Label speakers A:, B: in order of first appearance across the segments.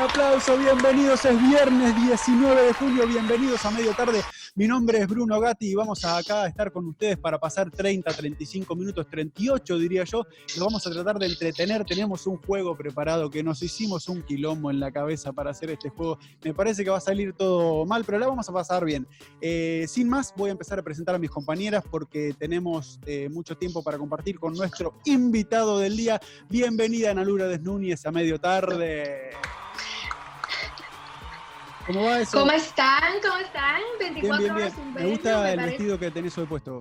A: aplauso, bienvenidos, es viernes 19 de julio, bienvenidos a medio tarde. Mi nombre es Bruno Gatti y vamos a acá a estar con ustedes para pasar 30, 35 minutos, 38 diría yo. Nos vamos a tratar de entretener, tenemos un juego preparado que nos hicimos un quilombo en la cabeza para hacer este juego. Me parece que va a salir todo mal, pero la vamos a pasar bien. Eh, sin más, voy a empezar a presentar a mis compañeras porque tenemos eh, mucho tiempo para compartir con nuestro invitado del día. Bienvenida, Ana Lura Desnúñez, a medio tarde.
B: ¿Cómo va eso?
C: ¿Cómo están? ¿Cómo están? 24
A: Bien, bien, bien.
C: horas sin
A: Me
C: vernos,
A: gusta
C: me
A: el
C: parece.
A: vestido que tenés hoy puesto.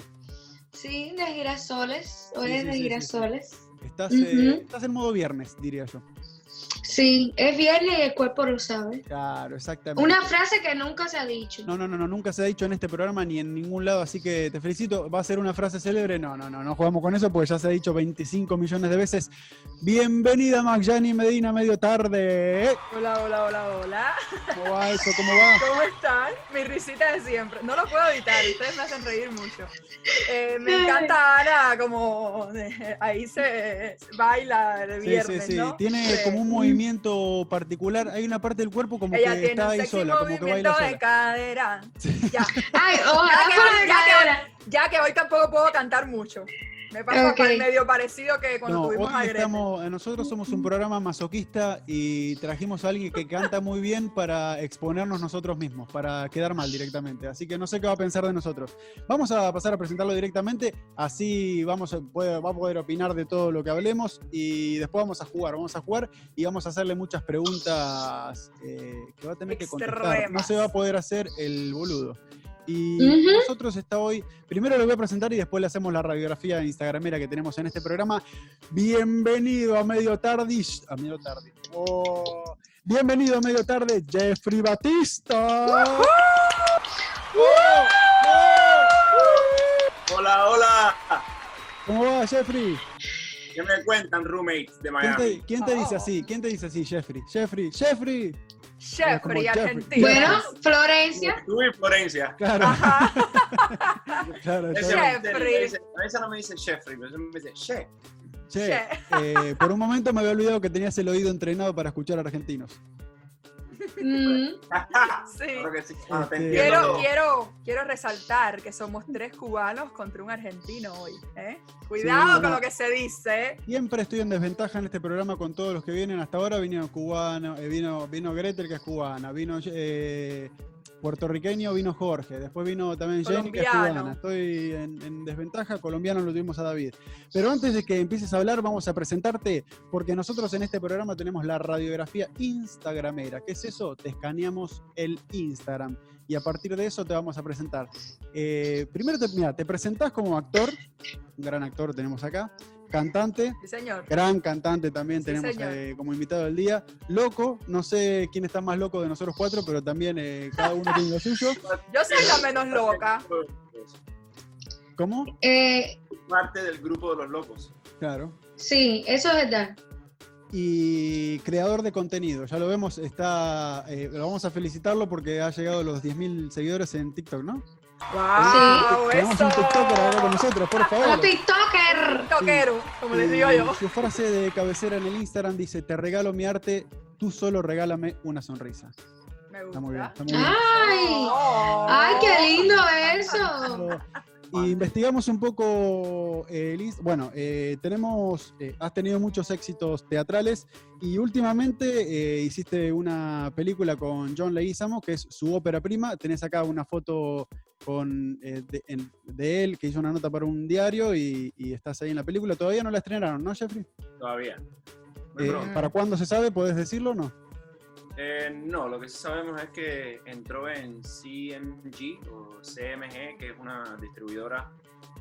C: Sí, de girasoles. Hoy
A: Sí,
C: es
A: sí, sí,
C: de
A: sí, sí.
C: girasoles.
A: Estás, eh,
C: Ujú.
A: estás en modo viernes, diría yo.
C: Sí. es viernes y el cuerpo lo sabe.
A: Claro, exactamente.
C: Una frase que nunca se ha dicho.
A: No, no, no, no, nunca se ha dicho en este programa ni en ningún lado, así que te felicito. ¿Va a ser una frase célebre? No, no, no, no jugamos con eso porque ya se ha dicho 25 millones de veces. Bienvenida, Magyani Medina, medio tarde. ¿eh?
D: Hola, hola, hola, hola.
A: ¿Cómo va eso? ¿Cómo va?
D: ¿Cómo están? Mi risita de siempre. No lo puedo evitar, ustedes me hacen reír mucho. Eh, me encanta Ana, como eh, ahí se baila el
A: Sí,
D: viernes,
A: sí, sí.
D: ¿no?
A: Tiene
D: Eh,
A: como un movimiento particular. Hay una parte del cuerpo como
D: Ella
A: que
D: tiene
A: está
D: un
A: ahí
D: sexy
A: sola, como que baila
D: movimiento de
A: sola.
D: cadera. Ya,
C: Ay, oh, ojalá
D: Ya que-
C: fuera de
D: ya que-
C: cadera.
D: ya que hoy tampoco puedo cantar mucho. Me pasó
C: Ok.
D: pa- medio parecido que cuando
A: No,
D: tuvimos a
A: hoy
D: Greta.
A: estamos, eh, nosotros somos un programa masoquista y trajimos a alguien que canta muy bien para exponernos nosotros mismos, para quedar mal directamente. Así que no sé qué va a pensar de nosotros. Vamos a pasar a presentarlo directamente, así vamos a, puede- va a poder opinar de todo lo que hablemos y después vamos a jugar, vamos a jugar y vamos a hacerle muchas preguntas eh, que va a tener que contestar. No
D: Extremas.
A: se va a poder hacer el boludo. Y
C: Ujú.
A: con nosotros está hoy, primero lo voy a presentar y después le hacemos la radiografía instagramera que tenemos en este programa. Bienvenido a Medio Tardish. A Medio Tarde. Oh, bienvenido a Medio Tarde, Jeffrey Batista.
E: Hola, hola.
A: ¿Cómo va, Jeffrey?
E: ¿Qué me cuentan, roommates de
A: ¿Quién
E: Miami?
A: te, quién te dice así? ¿Quién te dice así, Jeffrey? Jeffrey, Jeffrey. como
D: Jeffrey,
A: Jeffrey.
D: Argentina.
C: Bueno, Florencia.
E: Tú y Florencia.
A: Claro,
D: Ajá.
A: claro.
E: Ese
A: claro.
E: me-
D: Jeffrey.
E: me dice- A veces no me dice Jeffrey, pero me dice Che.
A: Che,
D: Che.
A: eh, por un momento me había olvidado que tenías el oído entrenado para escuchar argentinos.
C: Mm,
D: Sí.
E: Claro que sí. Ah,
A: Este,
E: te entiendo.
D: Quiero, quiero, quiero resaltar que somos tres cubanos contra un argentino hoy. ¿eh? Cuidado
A: bueno.
D: con lo que se dice. ¿eh?
A: Siempre estoy en desventaja en este programa con todos los que vienen. Hasta ahora vinieron cubanos, eh, vino, vino Gretel, que es cubana, vino eh, puertorriqueño, vino Jorge, después vino también Jenny, que es
D: Colombiano.
A: cubana. Estoy en, en desventaja, colombiano lo tuvimos a David. Pero antes de que empieces a hablar, vamos a presentarte, porque nosotros en este programa tenemos la radiografía instagramera. ¿Qué es eso? Te escaneamos el Instagram. Y a partir de eso te vamos a presentar. Eh, primero, te, mira, te presentás como actor, un gran actor tenemos acá, cantante,
D: Sí, señor.
A: Gran cantante también
D: Sí,
A: tenemos
D: señor.
A: eh, como invitado del día. Loco, no sé quién está más loco de nosotros cuatro, pero también eh, cada uno tiene lo suyo.
D: Yo soy la menos loca.
A: ¿Cómo?
C: eh,
E: Parte del grupo de los locos.
A: Claro.
C: sí, eso es verdad.
A: Y creador de contenido, ya lo vemos, está. eh, lo vamos a felicitarlo porque ha llegado a los 10.000 seguidores en TikTok, ¿no?
D: ¡Wow!
A: Tenemos
D: ¡Eso!
A: un TikTok para hablar con nosotros, por favor.
C: Un TikToker.
D: Toquero, como les
A: Y
D: digo yo.
A: Su frase de cabecera en el Instagram dice: Te regalo mi arte, tú solo regálame una sonrisa.
D: Me gusta.
A: Está muy bien, está muy
D: Ah,
A: bien.
C: Ay,
D: Oh.
C: ay, qué lindo eso.
A: Y investigamos un poco eh, el inst- Bueno, eh, tenemos, eh, has tenido muchos éxitos teatrales y últimamente eh, hiciste una película con John Leguizamo, que es su ópera prima. Tenés acá una foto con, eh, de, en- de él que hizo una nota para un diario y, y estás ahí en la película. Todavía no la estrenaron, ¿no, Jeffrey?
E: Todavía. Muy
A: Eh,
E: pronto.
A: ¿Para cuándo se sabe? ¿Podés decirlo o no?
E: Eh, no, lo que sí sabemos es que entró en CMG o CMG, que es una distribuidora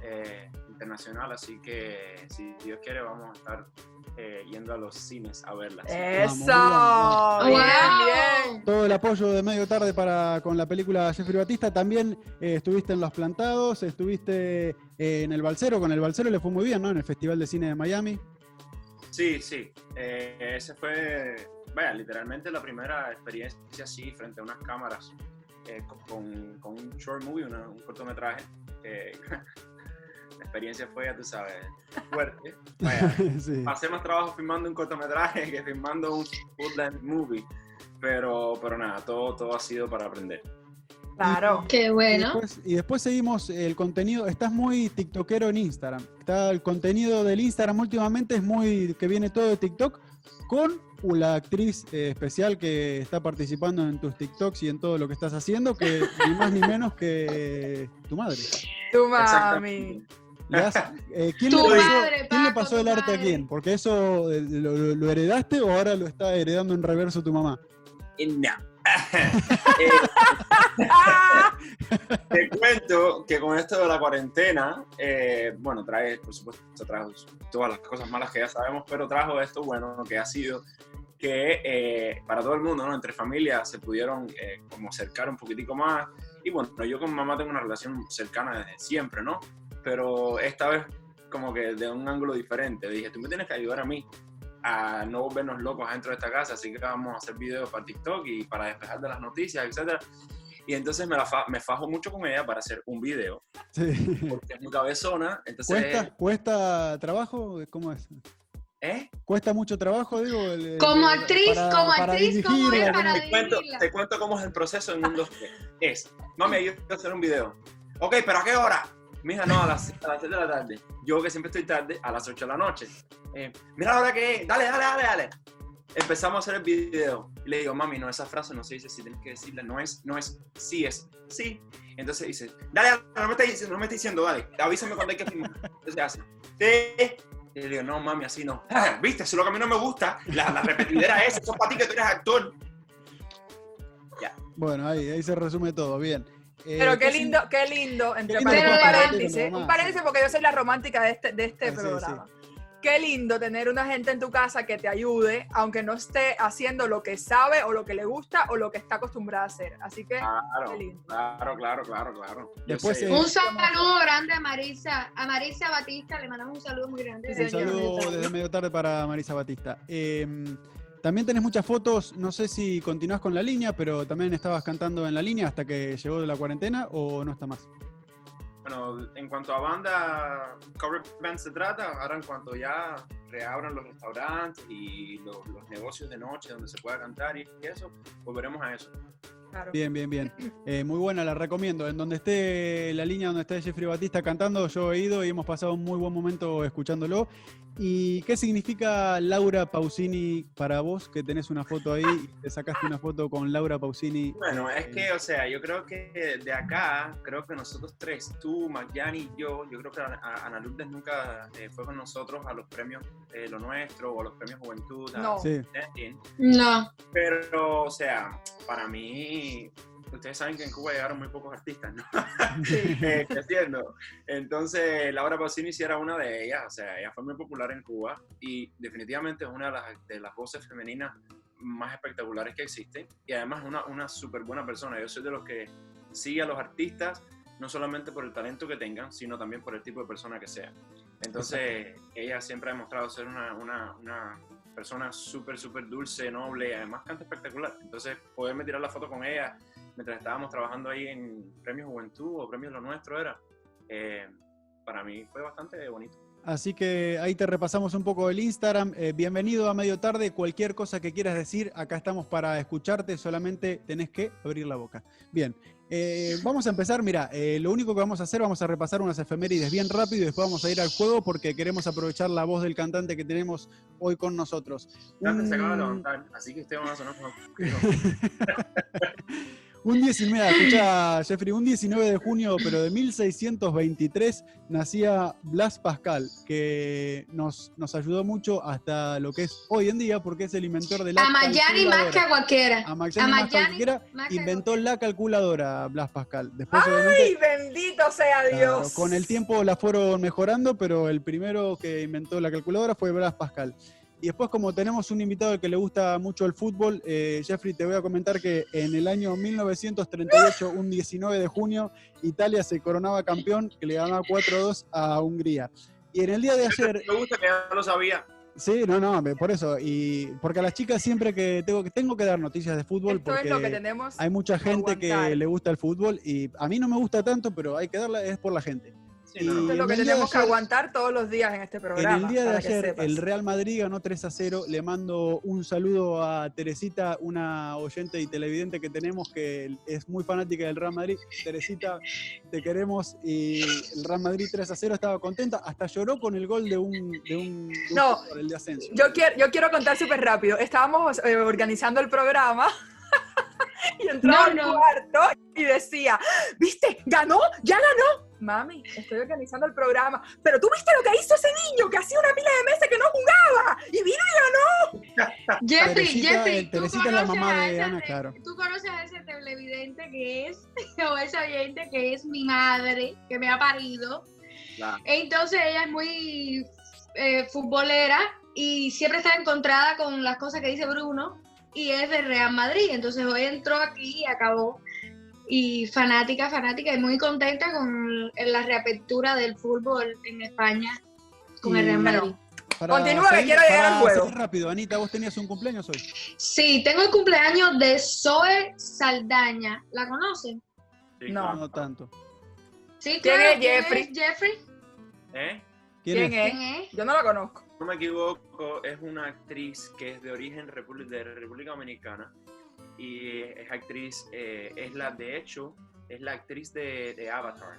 E: eh, internacional, así que si Dios quiere vamos a estar eh, yendo a los cines a verla. así que
D: ¡Eso!
A: Vamos,
D: Bien,
C: Wow.
D: bien.
A: Todo el apoyo de medio tarde para con la película Jeffrey Batista. También eh, estuviste en Los Plantados, estuviste eh, en El Balcero. Con El Balcero le fue muy bien, ¿no? En el Festival de Cine de Miami.
E: Sí, sí. Eh, ese fue, vaya, literalmente la primera experiencia así frente a unas cámaras eh, co- con, con un short movie, una- un cortometraje. Eh, la experiencia fue, ya tú sabes, fuerte. Vaya,
A: sí.
E: pasé más trabajo filmando un cortometraje que filmando un Woodland movie. pero, pero nada, todo, todo ha sido para aprender.
D: Claro.
C: Qué
A: Y
C: bueno.
A: después, y después seguimos el contenido. Estás muy tiktokero en Instagram. Está el contenido del Instagram últimamente es muy que viene todo de TikTok con la actriz eh, especial que está participando en tus TikToks y en todo lo que estás haciendo, que ni más ni menos que tu madre.
D: Tu mami.
E: Exactamente.
A: Le das- eh, ¿quién,
C: Tu
A: le pasó,
C: madre,
A: quién le
C: Paco,
A: pasó
C: tu
A: el arte a
C: madre.
A: quién? Porque eso eh, lo, lo- lo heredaste o ahora lo está heredando en reverso tu mamá.
E: Y no. Eh,
D: ¡Ah!
E: Te cuento que con esto de la cuarentena, eh, bueno, trae, por supuesto, trajo todas las cosas malas que ya sabemos, pero trajo esto bueno que ha sido que eh, para todo el mundo, ¿no? Entre familias se pudieron eh, como acercar un poquitico más. Y bueno, yo con mamá tengo una relación cercana desde siempre, ¿no? Pero esta vez como que de un ángulo diferente. Dije, tú me tienes que ayudar a mí a no volvernos locos dentro de esta casa, así que vamos a hacer videos para TikTok y para despejar de las noticias, etcétera. Y entonces me, la fa- me fajo mucho con ella para hacer un video,
A: Sí.
E: porque es muy cabezona, entonces...
A: ¿Cuesta, ¿Cuesta trabajo? ¿Cómo es?
E: ¿Eh?
A: cuesta mucho trabajo, digo. el- el-
C: Como
A: el-
C: actriz, como actriz, como
A: dirigirla,
C: es
A: como-
E: Mira,
C: para-
E: te, cuento,
C: dirigirla.
E: te cuento cómo es el proceso en un 2 Es, mami, yo quiero hacer un video. Ok, ¿pero a qué hora? Mija, no, a las, a las 7 de la tarde. Yo que siempre estoy tarde, a las 8 de la noche. Eh, mira la hora que es, dale, dale, dale, dale. Empezamos a hacer el video. Y le digo, mami, no, esa frase no se dice si tienes que decirla. No es, no es, sí es, sí. Entonces dice, dale, dale, no me estés diciendo, no me estés diciendo, dale. Avísame cuando hay que filmar. Entonces hace, te, y le digo, no, mami, así no. Ah, ¿Viste? Eso es lo que a mí no me gusta. La, la repetidera es, eso es para ti que tú eres actor.
A: Bueno, ahí, ahí se resume todo, bien. Eh,
D: Pero qué
A: entonces-
D: lindo, qué lindo, entre
A: Qué
C: lindo
D: par- un
C: compartir con
A: tu
D: paréntesis,
A: mamá,
D: un paréntesis
A: Ah, sí.
D: porque yo soy la romántica de este, de este
A: Ah, sí,
D: programa. Qué lindo tener una gente en tu casa que te ayude, aunque no esté haciendo lo que sabe o lo que le gusta o lo que está acostumbrada a hacer. Así que,
E: Claro,
D: qué lindo.
E: claro, claro, claro, claro. Yo
A: Después,
E: sé.
A: eh,
C: Un saludo grande a Marisa, a Marisa Batista, le mandamos un saludo muy grande.
D: Sí,
A: Un
D: señor.
A: saludo desde medio tarde para Marisa Batista. Eh, también tenés muchas fotos, no sé si continuás con la línea, pero también estabas cantando en la línea hasta que llegó la cuarentena o no está más.
E: Bueno, en cuanto a banda, cover band se trata, ahora en cuanto ya reabran los restaurantes y los, los negocios de noche donde se pueda cantar y eso, volveremos a eso.
D: Claro.
A: Bien, bien, bien. Eh, muy buena, la recomiendo. En donde esté la línea donde está Jeffrey Batista cantando, yo he ido y hemos pasado un muy buen momento escuchándolo. ¿Y qué significa Laura Pausini para vos? Que tenés una foto ahí, y te sacaste una foto con Laura Pausini.
E: Bueno, es que, o sea, yo creo que de acá, creo que nosotros tres, tú, Magyani y yo, yo creo que a- a- Ana Lourdes nunca eh, fue con nosotros a los premios eh, Lo Nuestro o a los premios Juventud. a-
D: No.
A: Sí,
C: No,
E: Pero, o sea, para mí, ustedes saben que en Cuba llegaron muy pocos artistas, ¿no?
D: Sí.
E: Eh, creciendo. Entonces, Laura Pausini sí era una de ellas, o sea, ella fue muy popular en Cuba y definitivamente es una de las, de las voces femeninas más espectaculares que existen y además una, una súper buena persona. Yo soy de los que sigue a los artistas no solamente por el talento que tengan, sino también por el tipo de persona que sea. Entonces, ella siempre ha demostrado ser una, una- una persona súper, súper dulce, noble, además canta espectacular. Entonces, poderme tirar la foto con ella mientras estábamos trabajando ahí en Premios Juventud o Premios Lo Nuestro era, eh, para mí fue bastante bonito.
A: Así que ahí te repasamos un poco el Instagram. Eh, bienvenido a medio tarde. Cualquier cosa que quieras decir, acá estamos para escucharte. Solamente tenés que abrir la boca. Bien, eh, vamos a empezar. Mira, eh, lo único que vamos a hacer, vamos a repasar unas efemérides bien rápido y después vamos a ir al juego porque queremos aprovechar la voz del cantante que tenemos hoy con nosotros.
E: Dante se acaba de
A: Un-
E: levantar, así que ustedes van a sonar como-
A: Un 19, mira, escucha, Jeffrey, un 19 de junio, pero de 1623, nacía Blas Pascal, que nos, nos ayudó mucho hasta lo que es hoy en día, porque es el inventor de la
C: a Mayani más que
A: calculadora.
C: a cualquiera.
A: A Maggiani más que
C: Maggiani
A: cualquiera,
C: más que
A: inventó la calculadora Blas Pascal. Después,
D: ¡Ay,
A: obviamente,
D: bendito sea
A: claro,
D: Dios!
A: con el tiempo la fueron mejorando, pero el primero que inventó la calculadora fue Blas Pascal. Y después, como tenemos un invitado al que le gusta mucho el fútbol, eh, Jeffrey, te voy a comentar que en el año 1938, un 19 de junio, Italia se coronaba campeón, que le ganaba 4-2 a Hungría. Y en el día de ayer,
E: Me gusta que ya lo sabía.
A: sí, no, no, me- por eso, y porque a las chicas siempre que tengo que tengo que dar noticias de fútbol,
D: Esto
A: porque
D: es lo que tenemos.
A: hay mucha gente que
D: aguantar.
A: le gusta el fútbol y a mí no me gusta tanto, pero hay que darla, es por la gente.
E: Sí, no, no.
D: Esto es
A: en
D: lo que
A: el día de
D: tenemos que
A: ayer-
D: aguantar todos los días en este
A: En
D: programa.
A: el día de
D: para que
A: ayer,
D: sepas.
A: el Real Madrid ganó 3 a 0. Le mando un saludo a Teresita, una oyente y televidente que tenemos que es muy fanática del Real Madrid. Teresita, te queremos. Y el Real Madrid 3 a 0 estaba contenta. Hasta lloró con el gol de un. De un de un
D: No,
A: jugador, el de ascenso.
D: Yo quiero, yo quiero contar súper rápido. Estábamos eh, organizando el programa y entraba
C: No,
D: al
C: no.
D: cuarto y decía, ¿viste? ¿Ganó? ¿Ya ganó? Mami, estoy organizando el programa. Pero tú viste lo que hizo ese niño, que hacía una pila de meses que no jugaba. Y vino
C: Jeffrey,
A: Teresita, eh,
C: Jeffrey, tú
A: Teresita
C: conoces,
A: es la mamá
C: a
A: de
C: esa
A: Ana,
C: te-
A: claro.
C: tú conoces a ese televidente que es, o esa oyente que es mi madre, que me ha parido.
E: La-
C: Entonces ella es muy eh, futbolera y siempre está encontrada con las cosas que dice Bruno y es de Real Madrid. Entonces hoy entró aquí y acabó. Y fanática, fanática y muy contenta con la reapertura del fútbol en España con el Real
A: Y-
C: Madrid.
A: Para
D: Continúa, que quiero llegar
A: para
D: al juego.
A: seguir rápido, Anita, vos tenías un cumpleaños hoy.
C: Sí, tengo el cumpleaños de Zoe Saldaña. ¿La conocen?
E: sí,
D: No.
E: claro.
A: No tanto.
C: Sí,
D: ¿Quién
C: claro,
D: es Jeffrey?
C: Jeffrey?
E: ¿Eh?
A: ¿Quién, es?
D: ¿Quién
C: ¿Quién
D: es?
C: es?
D: Yo no la conozco.
E: No me equivoco, es una actriz que es de origen Repúbli- de República Dominicana y es actriz, eh, es la, de hecho, es la actriz de, de Avatar.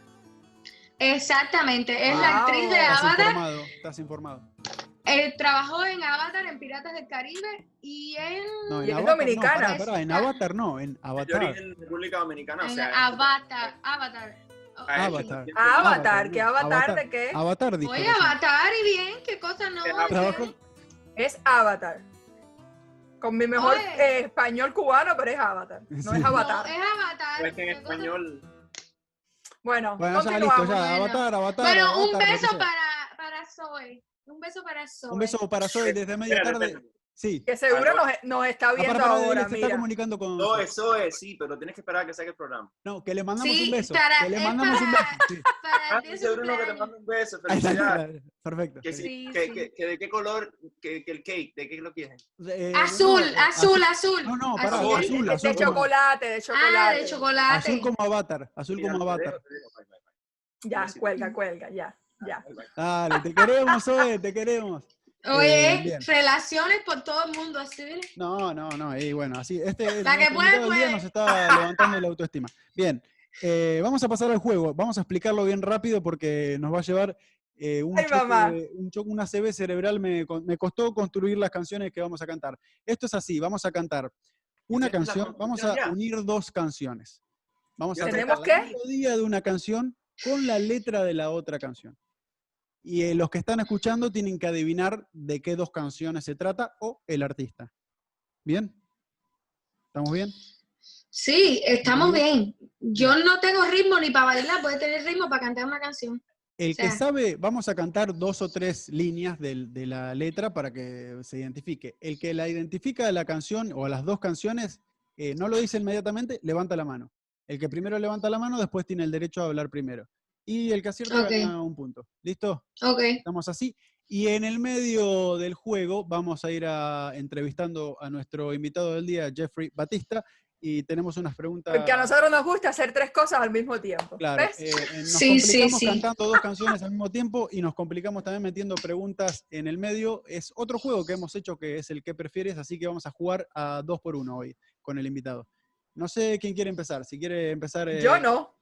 C: Exactamente, es
D: Wow.
E: Ah,
C: la actriz de
D: Estás
A: Estás
C: Avatar.
A: informado, estás informado.
C: Eh, trabajó en Avatar, en Piratas del Caribe y en,
A: No, en
D: Y es
A: Avatar,
D: dominicana.
A: No, pará, pará, en
C: Está-
A: Avatar no, en
E: Es de
A: Avatar.
E: origen República Dominicana, o
C: en
E: sea. es-
C: Avatar. Avatar.
E: Ah, es-
A: Avatar.
D: Avatar,
A: Avatar,
D: ¿qué
A: ¿no?
D: avatar,
A: Avatar.
D: de qué?
A: Avatar, dijo.
C: Oye,
A: recién.
C: Avatar y bien, qué cosa no.
E: Eh, Avatar.
A: Trabajo-
C: Oye,
D: Es Avatar. Con mi mejor
C: Oye.
D: eh, español cubano, pero es Avatar. No
A: Sí.
D: es
A: No,
C: No,
D: Avatar.
C: eh. es Avatar.
E: Es que en
C: qué cosa-
E: español.
D: Bueno,
A: Bueno, ya
D: continuamos.
A: listo, ya,
C: bueno.
A: Avatar, Avatar.
C: Bueno, un
A: Avatar, lo que
C: beso
A: sea.
C: para, para Zoe. Un beso para Zoe.
A: Un beso para Zoe desde media
E: Espérate,
A: tarde.
E: espérate.
A: Sí.
D: Que seguro
E: Aló.
D: nos, nos está
A: Ah, pará,
D: viendo
A: pará, él
D: ahora,
A: se está
D: mira.
A: comunicando con.
E: No, eso es, sí, pero tienes que esperar a que saque el programa.
A: No, que le mandamos
C: Sí,
A: un beso.
C: para-
A: que le
C: es
A: mandamos un beso.
C: para-
A: sí.
C: Para
E: Ah,
C: el día de
E: dice Bruno que te
C: cumpleaños.
E: manda un beso,
A: Ahí está,
E: felicidades.
A: Perfecto.
E: Que, sí,
C: Sí,
E: que,
C: sí.
E: que- que de qué color, que, que el cake, de qué lo quieren.
A: Eh,
C: Azul,
A: no,
C: azul, azul.
A: No, no, pará,
C: Azul.
A: azul,
D: de
E: Este
A: azul. como-
D: chocolate, de chocolate.
C: Ah, de chocolate.
A: Azul como Avatar, azul
E: Mira,
A: como
E: te
A: Avatar.
E: dejo, te dejo, bye, bye, bye.
D: Ya,
E: Besito.
D: cuelga, cuelga, ya,
A: Ah.
D: ya.
E: Bye, bye.
A: Dale, te queremos, Zoe, te queremos.
C: Oye,
A: Eh, bien.
C: relaciones por todo el mundo, así. ¿viste?
A: No, no, no, y bueno, así, este
C: La que
A: nuestro
C: puede,
A: invitado del día
C: puede.
A: nos está levantando la autoestima. Bien, eh, vamos a pasar al juego, vamos a explicarlo bien rápido porque nos va a llevar eh, un,
D: Ay, mamá.
A: choque, un choque, una CB cerebral, me, co- me costó construir las canciones que vamos a cantar. Esto es así, vamos a cantar una
E: Hacemos la
A: canción, vamos a
E: construcción ya.
A: unir dos canciones. Vamos a
E: Ya
A: cantar
D: ¿Tenemos
A: la
D: qué?
A: melodía de una canción con la letra de la otra canción. Y eh, los que están escuchando tienen que adivinar de qué dos canciones se trata o el artista. ¿Bien? ¿Estamos bien?
C: Sí, estamos bien. Yo no tengo ritmo ni para bailar, puede tener ritmo para cantar una canción.
A: El que
C: Sí.
A: sabe, vamos a cantar dos o tres líneas del- de, la letra para que se identifique. El que la identifica a la canción o a las dos canciones, eh, no lo dice inmediatamente, levanta la mano. El que primero levanta la mano, después tiene el derecho a hablar primero. Y el que acierta
C: Ok.
A: gana un punto. ¿Listo?
C: Ok.
A: Estamos así. Y en el medio del juego vamos a ir a- entrevistando a nuestro invitado del día, Jeffrey Batista, y tenemos unas preguntas.
D: Porque a nosotros nos gusta hacer tres cosas al mismo tiempo.
A: Claro,
D: ¿Ves?
A: eh, eh, nos
C: Sí, sí,
A: complicamos
C: sí.
A: cantando dos canciones al mismo tiempo y nos complicamos también metiendo preguntas en el medio. Es otro juego que hemos hecho que es el que prefieres, así que vamos a jugar a dos por uno hoy con el invitado. No sé quién quiere empezar. Si quiere empezar, eh,
D: Yo no.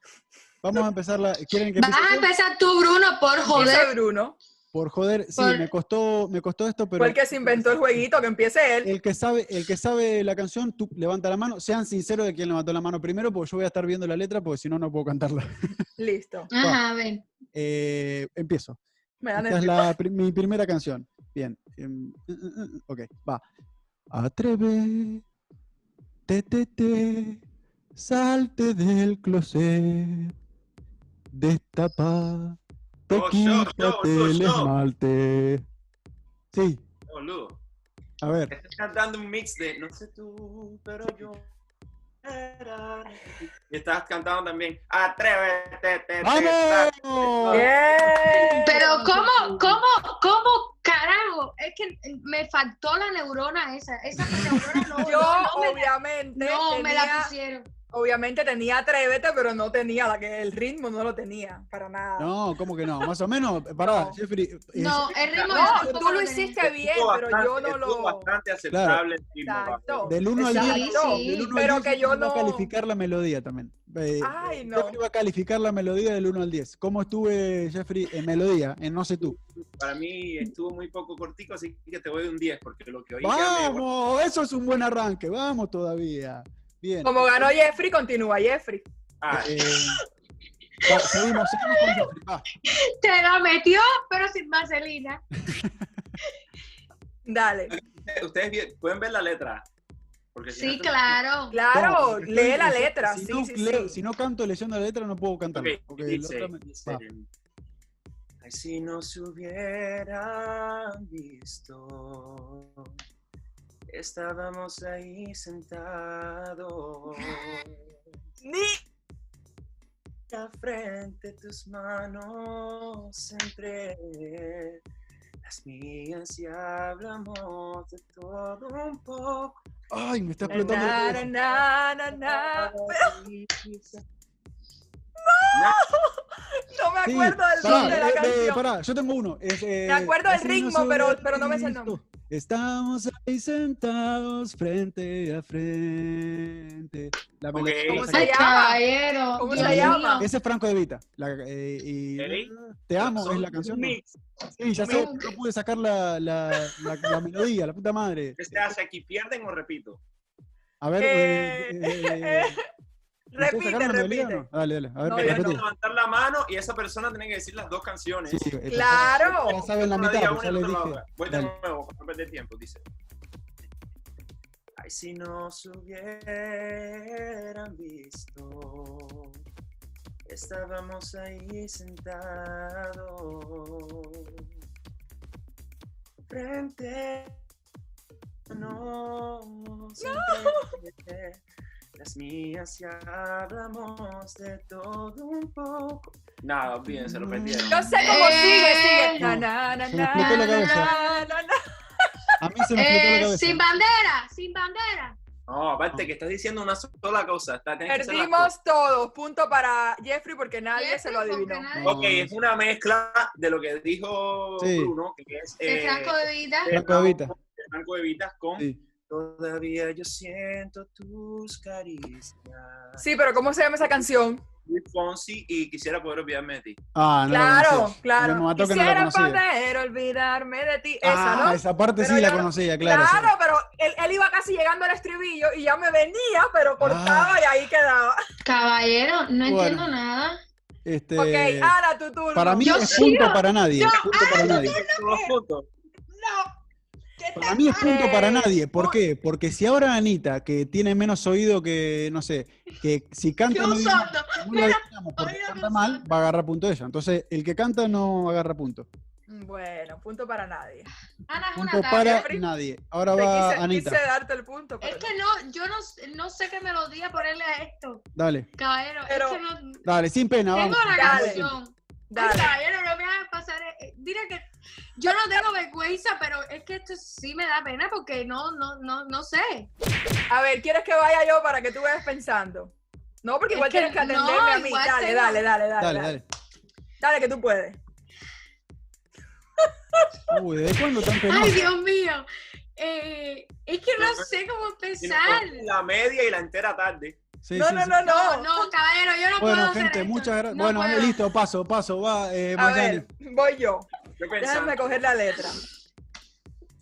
A: vamos a empezar. La, ¿Quieren que
C: Vas
A: empiece?
C: a
A: yo?
C: empezar tú, Bruno, por
D: Yo
C: joder.
D: soy Bruno.
A: Por joder, sí,
C: Por-
A: me costó, me costó esto, pero eh,
D: Fue el que se inventó el jueguito, que empiece él.
A: El que sabe, el que sabe la canción, tú levanta la mano. Sean sinceros de quién levantó la mano primero, porque yo voy a estar viendo la letra, porque si no, no puedo cantarla.
D: Listo.
C: Ajá, ven.
A: Eh, empiezo.
D: Me dan
A: Esta es
D: el...
A: la pri- mi primera canción. Bien. em, mm, mm, mm, Ok, va. Atreve, te, te, te, salte del closet, destapa, te
E: Yo, yo, yo,
A: quítate
E: yo,
A: el
E: yo.
A: esmalte. Sí,
E: Boludo.
A: a ver.
E: Estás cantando un mix de no sé tú, pero yo. Y estás cantando también. Atrévete, te, te, ta-
A: ¡Vamos!
D: Eh, ¡Bien!
C: Pero cómo, cómo, cómo, carajo, es que me faltó la neurona esa. Esa neurona no,
D: Yo,
C: no, no me,
D: obviamente,
C: no, me la
D: tenía
C: pusieron.
D: Obviamente tenía Atrévete, pero no tenía la que el ritmo, no lo tenía para nada.
A: No, ¿cómo que no? Más o menos, pará,
D: No.
A: Jeffrey. eh,
C: No, el ritmo
D: No,
C: de-
D: tú lo hiciste bien,
E: Estuvo
D: pero
E: bastante-
D: yo no
E: estuvo
D: lo.
E: bastante aceptable el ritmo,
D: Exacto.
E: vale.
A: Del 1 al 10.
D: Exacto.
C: Sí,
A: del uno al
D: pero
A: 10,
D: que yo
A: Jeffrey va a
D: no-
A: calificar la melodía también. Eh,
D: Ay,
A: eh,
D: no.
A: Jeffrey va a calificar la melodía del 1 al 10. ¿Cómo estuve, Jeffrey, en melodía? En No sé tú.
E: Para mí estuvo muy poco cortico, así que te voy de un 10, porque lo que oí ya me-
A: ¡Vamos! Eso es un buen arranque. Vamos todavía. Bien.
D: Como ganó Jeffrey, continúa Jeffrey.
E: Ah,
A: Eh, va, seguimos, seguimos con Jeffrey. Ah, va.
C: Te la metió, pero sin vaselina.
D: Dale.
E: Ustedes bien- pueden ver la letra. Porque si
C: Sí,
E: no te-
C: claro.
D: Claro,
A: No, porque
D: lee
A: estoy-
D: la letra.
A: Si,
D: sí,
A: no,
D: sí,
A: leo-
D: sí.
A: si no canto leyendo la letra, no puedo cantar.
E: Ok, dice, dice, Ay, si nos hubieran visto, estábamos ahí sentados.
D: Ni-
E: La frente tus manos entre las mías y hablamos de todo un poco.
A: Ay, me está explotando. el
D: na,
A: oído.
D: na, na, na. No me
A: Sí,
D: acuerdo del
A: pará,
D: nombre de la
A: eh, eh,
D: canción.
A: pará, yo tengo uno. Es, eh,
D: Me acuerdo del
A: así no
D: ritmo,
A: se
D: pero-
A: hubiera
D: pero no me sé el nombre.
A: visto. Estamos ahí sentados frente a frente. La
E: Ok.
A: melodía-
E: ¿Cómo
D: se llama?
C: Caballero.
D: ¿Cómo
A: se
C: Dios
D: llama?
C: mío.
A: Ese es Franco de Vita. La, eh, y-
E: Ey,
A: Te amo, es la canción. ¿no?
E: mix.
A: Sí, ya
E: un
A: sé,
C: mix.
A: no pude sacar la, la- la- la melodía, la puta madre.
E: ¿Qué se hace aquí? ¿Pierden o repito?
A: A ver, eh,
D: Eh,
A: eh, ¿ustedes
D: Repite,
A: sacaron la melodía o
D: repite.
A: no? Dale, dale, a ver,
D: No,
E: Tenés que
A: repetí.
E: levantar la mano y esa persona tiene que decir las dos canciones.
A: Sí, sí, eh,
D: Claro.
A: Ya saben la
E: Uno
A: mitad,
E: diga
A: pues
E: una
A: ya
E: y
A: les
E: otro
A: dije.
E: la otra. Voy de
A: Dale.
E: nuevo, para no perder tiempo, dice. Ay, si nos hubieran visto, estábamos ahí sentados, frente a nos, entre las mías y hablamos de todo un poco. Nada, bien, se lo perdieron.
D: Yo sé cómo sigue, sigue.
C: Eh,
D: Na, na, na,
A: se me explotó la
D: na,
A: cabeza.
D: na, na, na.
A: A mí se me explotó la
C: Eh,
A: cabeza.
C: sin bandera, sin bandera.
E: No, aparte que estás diciendo una sola cosa. Está, tenés que hacer las dos.
D: Perdimos todos. Punto para Jeffrey porque nadie se lo
C: Porque
D: adivinó.
C: nadie-
A: No.
E: Ok, es una mezcla de lo que dijo
A: Sí.
E: Bruno, que es
C: De
E: eh,
C: Franco de Vita.
E: de
A: Franco de Vita.
E: de Franco de Vita con
A: Sí.
E: Todavía yo siento tus caricias.
D: Sí, pero ¿cómo se llama esa canción?
E: Luis Fonsi y quisiera poder olvidarme de ti.
A: Ah, no la
D: Claro,
A: conocía.
D: claro.
A: Me mató que no la
D: Quisiera
A: conocía.
D: poder olvidarme de ti.
A: ah,
D: Esa, ¿no?
A: esa parte
D: Pero
A: sí la
D: yo no-
A: conocía, claro.
D: Claro,
A: sí.
D: pero él, él iba casi llegando al estribillo y ya me venía, pero cortaba y ahí quedaba.
A: Ah,
C: Caballero, no
A: Bueno.
C: entiendo nada.
A: Este,
D: ok, ah, Ana, tu turno.
A: para mí
C: Yo
A: es
C: sigo.
A: punto para nadie.
C: Yo-
A: punto
E: ah,
A: para nadie.
E: Todos juntos.
D: No. ¿Qué
A: Para
D: te
A: mí es punto para
D: parece?
A: nadie. ¿Por qué? Porque si ahora Anita, que tiene menos oído que, no sé, que si canta
C: Que un
A: no digamos-
C: sordo.
A: no la
C: Pero-
A: digamos porque
C: oído que
A: canta
C: un
A: mal,
C: sordo.
A: va a agarrar punto ella. Entonces, el que canta no agarra punto.
D: Bueno, punto para nadie.
C: Ana es una
A: Punto
C: tara.
A: para
D: Jeffrey.
A: nadie. Ahora
D: Te
A: va
D: quise,
A: Anita.
D: quise darte el punto. Pero
C: Es que no, yo no, no sé qué melodía ponerle a esto,
A: Dale,
C: caballero.
D: Pero-
C: es que no,
A: dale, sin pena,
C: tengo
A: vamos.
C: la
D: Dale.
C: canción. Ay,
D: Dale.
C: caballero, no me hagas pasar. eh, eh, Mira que yo no tengo vergüenza, pero es que esto sí me da pena porque no, no, no, no sé.
D: A ver, ¿quieres que vaya yo para que tú vayas pensando? No, porque
C: Es
D: igual
C: que
D: tienes que
C: no,
D: atenderme a mí.
C: igual
D: Dale,
C: tengo-
D: dale, dale, dale,
A: Dale,
D: dale.
A: dale.
D: Dale, que tú puedes.
A: Uy, ¿desde cuándo tan penoso?
C: Ay, Dios mío. Eh, es que no sé cómo
E: Y nos ponemos
C: empezar.
E: La media y la entera tarde.
A: Sí,
D: no,
A: sí,
D: no,
A: sí.
D: no,
C: No,
D: no,
C: no, caballero, yo no puedo
A: Bueno,
C: hacer
A: gente,
C: esto.
A: muchas gracias.
C: No
A: bueno, eh,
C: puedo.
A: listo, paso, paso, va, eh,
D: A
A: Moyani.
D: ver, voy yo.
E: Yo
D: Déjame
E: pensando.
D: coger la letra.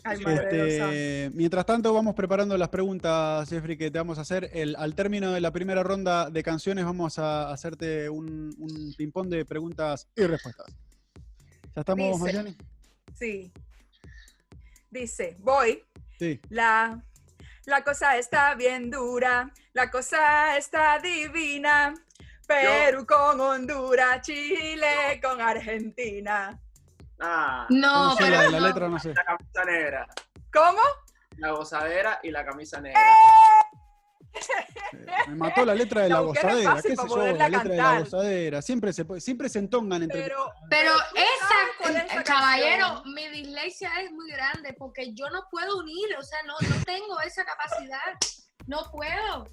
D: Ay,
E: Sí,
D: madre de Dios santo.
A: Este, mientras tanto, vamos preparando las preguntas, Jeffrey, que te vamos a hacer. El- al término de la primera ronda de canciones, vamos a hacerte un, un ping-pong de preguntas y respuestas. ¿Ya estamos,
D: Dice.
A: Mariani?
D: Sí. Dice, voy.
A: Sí.
D: La, la cosa está bien dura, la cosa está divina. Perú con Honduras, Chile con Argentina.
E: Ah,
A: No
C: No,
A: sé, la,
C: pero.
A: la
C: no.
A: letra no sé.
E: la camisa negra.
D: ¿Cómo?
E: La gozadera y la camisa negra.
A: Eh, Me mató la letra de la,
D: La busqué re
A: gozadera.
D: fácil
A: ¿Qué sé
D: para
A: yo? La
D: poderla
A: letra de la
D: cantar.
A: gozadera. Siempre se, po- siempre se entongan entre.
D: Pero,
C: Pero
D: ¿tú sabes cuál
C: esa,
D: es esa
C: caballero,
D: canción?
C: mi dislexia es muy grande porque yo no puedo unir, o sea, no, no tengo esa capacidad. No puedo.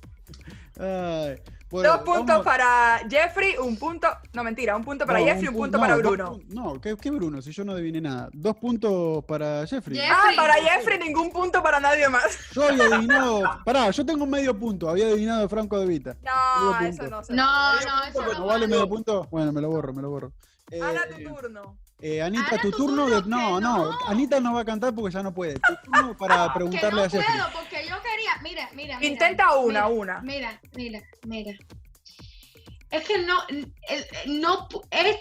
A: Ay, bueno,
D: Dos puntos
A: vamos-
D: para Jeffrey, un punto. No, mentira, un punto para
A: No,
D: Jeffrey, un
A: pu-
D: punto
A: no,
D: para
A: dos
D: Bruno.
A: pu- No, ¿qué, qué Bruno? Si yo no adiviné nada. Dos puntos para Jeffrey.
C: Jeff-
D: Ah,
C: Jeffrey.
D: para Jeffrey, ningún punto para nadie más.
A: Yo había adivinado. Pará, yo tengo un medio punto. Había adivinado Franco de Vita.
D: No,
A: Medio
D: eso
A: punto.
D: no se
C: No, no, eso
A: ¿No
C: no.
A: vale
C: vale.
A: medio punto? Bueno, me lo borro, me lo borro. Eh,
D: Ahora tu turno.
A: eh, Anita,
C: Ahora
A: tu
C: tu
A: turno
C: turno,
A: de. No, no,
C: que no. Ah,
A: Anita no va a cantar porque ya no puede. Tu turno para
C: Que
A: preguntarle
C: no
A: a Jeffrey.
C: puedo, porque yo quería. Mira, mira. mira,
D: Intenta una,
C: mira,
D: una.
C: Mira, mira, mira. Es que no, el- el- no, pu- es,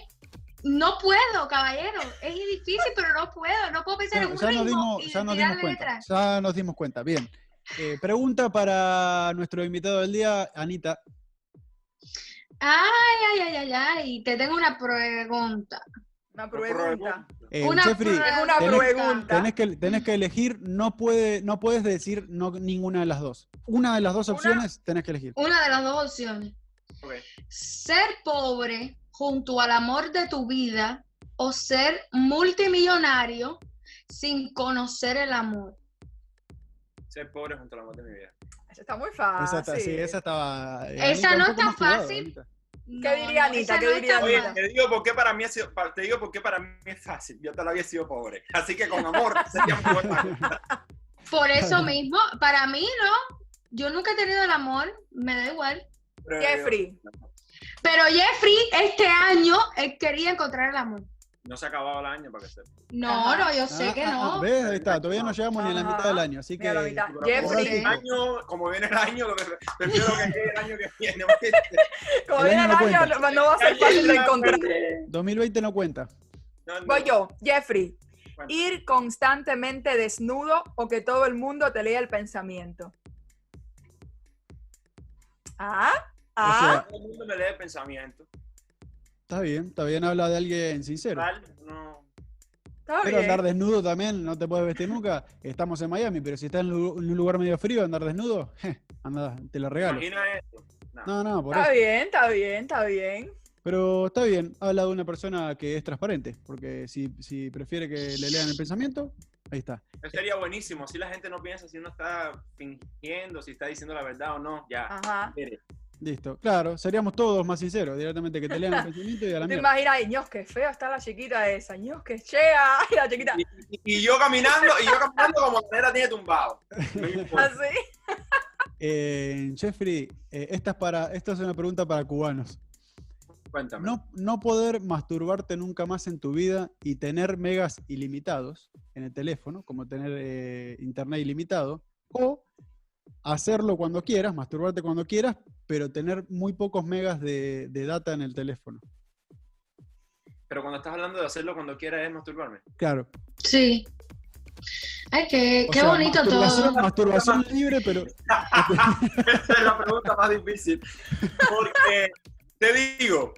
C: no puedo, caballero. Es difícil, pero no puedo. No puedo pensar en
A: Bueno,
C: un
A: ya
C: ritmo
A: nos dimos,
C: y
A: ya nos
C: tirar
A: dimos cuenta.
C: letras.
A: Ya nos dimos cuenta. Bien. Eh, pregunta para nuestro invitado del día, Anita.
C: Ay, ay, ay, ay, ay. Te tengo una pregunta.
D: Una
E: Prueba.
D: pregunta.
A: Eh,
C: una
A: Jeffrey,
D: Es una
A: Tenés-
D: pregunta.
A: tenés que, tenés que elegir, no, puede, no puedes decir no, ninguna de las dos. Una de las dos
D: Una-
A: opciones tenés que elegir.
C: Una de las dos opciones.
E: Ok.
C: Ser pobre junto al amor de tu vida o ser multimillonario sin conocer el amor.
E: Ser pobre junto a la muerte de mi vida.
D: Esa Está muy fácil.
A: esa, está- sí, esa estaba. eh, Anita,
C: Esa
A: un
C: no
A: poco
C: es tan
A: más jugada,
C: fácil.
A: Anita.
C: No,
D: diría
C: no,
D: Anita?
C: esa
D: ¿Qué
C: no
D: diría
C: está
E: Oye,
D: Anita?
C: mal.
E: te digo por qué para mí ha sido, pa- te digo por qué para mí es fácil. Yo todavía he sido pobre. Así que con amor sería muy fácil.
C: Por eso mismo, para mí no. Yo nunca he tenido el amor, me da igual.
E: Pero-
D: Jeffrey,
C: Pero Jeffrey este año él quería encontrar el amor.
E: No se ha acabado el año para que sepa.
C: No,
D: Ajá.
C: no, yo sé
A: Ah,
C: que
A: ah, ah,
C: no.
A: ¿Ves? Ahí está. Todavía no llegamos ni a la
D: Ajá.
A: mitad del año. Así
D: Mira la
A: que.
D: mitad.
E: Pero como
D: Ah, Jeffrey,
E: viene el año, como viene el año, lo que prefiero que llegue el año que viene.
D: como
A: el
D: viene
A: año
D: el
A: no
D: año,
A: cuenta.
D: no, no va a ser fácil de encontrar.
A: 2020 no cuenta.
E: No, no.
D: Voy yo, Jeffrey.
E: Bueno,
D: Ir constantemente desnudo o que todo el mundo te lea el pensamiento. Ah, ah,
E: Todo el mundo me lee el pensamiento.
A: Está bien, está bien habla de alguien sincero.
E: Tal, no.
D: está
A: Pero andar
D: bien.
A: desnudo también, no te puedes vestir nunca. Estamos en Miami, pero si estás en lu- en un lugar medio frío, andar desnudo, je, anda, te lo regalo.
E: Imagina esto.
A: No, no, por eso.
D: Está bien, está bien, está bien.
A: Pero está bien, habla de una persona que es transparente, porque si, si prefiere que le lean el pensamiento, ahí está.
E: Eso sería buenísimo. Así la gente no piensa si uno está fingiendo, si está diciendo la verdad o no. Ya.
D: Ajá.
E: Mire,
A: Listo. Claro, seríamos todos más sinceros, directamente que te lean el pensamiento y a la
D: Te
A: mierda.
D: imaginas, ay, ños, qué fea está la chiquita esa, ños, qué chea, ay, la chiquita,
E: Y, y- y yo caminando, y yo caminando como la nena tiene tumbado. No
A: pues.
E: importa.
D: así.
A: Eh, Jeffrey, eh, esta, es para, esta es una pregunta para cubanos.
E: Cuéntame.
A: No, no poder masturbarte nunca más en tu vida y tener megas ilimitados en el teléfono, como tener eh, internet ilimitado, o hacerlo cuando quieras, masturbarte cuando quieras, pero tener muy pocos megas de, de data en el teléfono.
E: Pero cuando estás hablando de hacerlo cuando quieras es masturbarme.
A: Claro.
C: Sí. Ay, qué,
A: o
C: qué
A: sea,
C: bonito
A: masturbación-
C: todo.
A: Masturbación libre, pero
E: Esa es la pregunta más difícil. Porque te digo.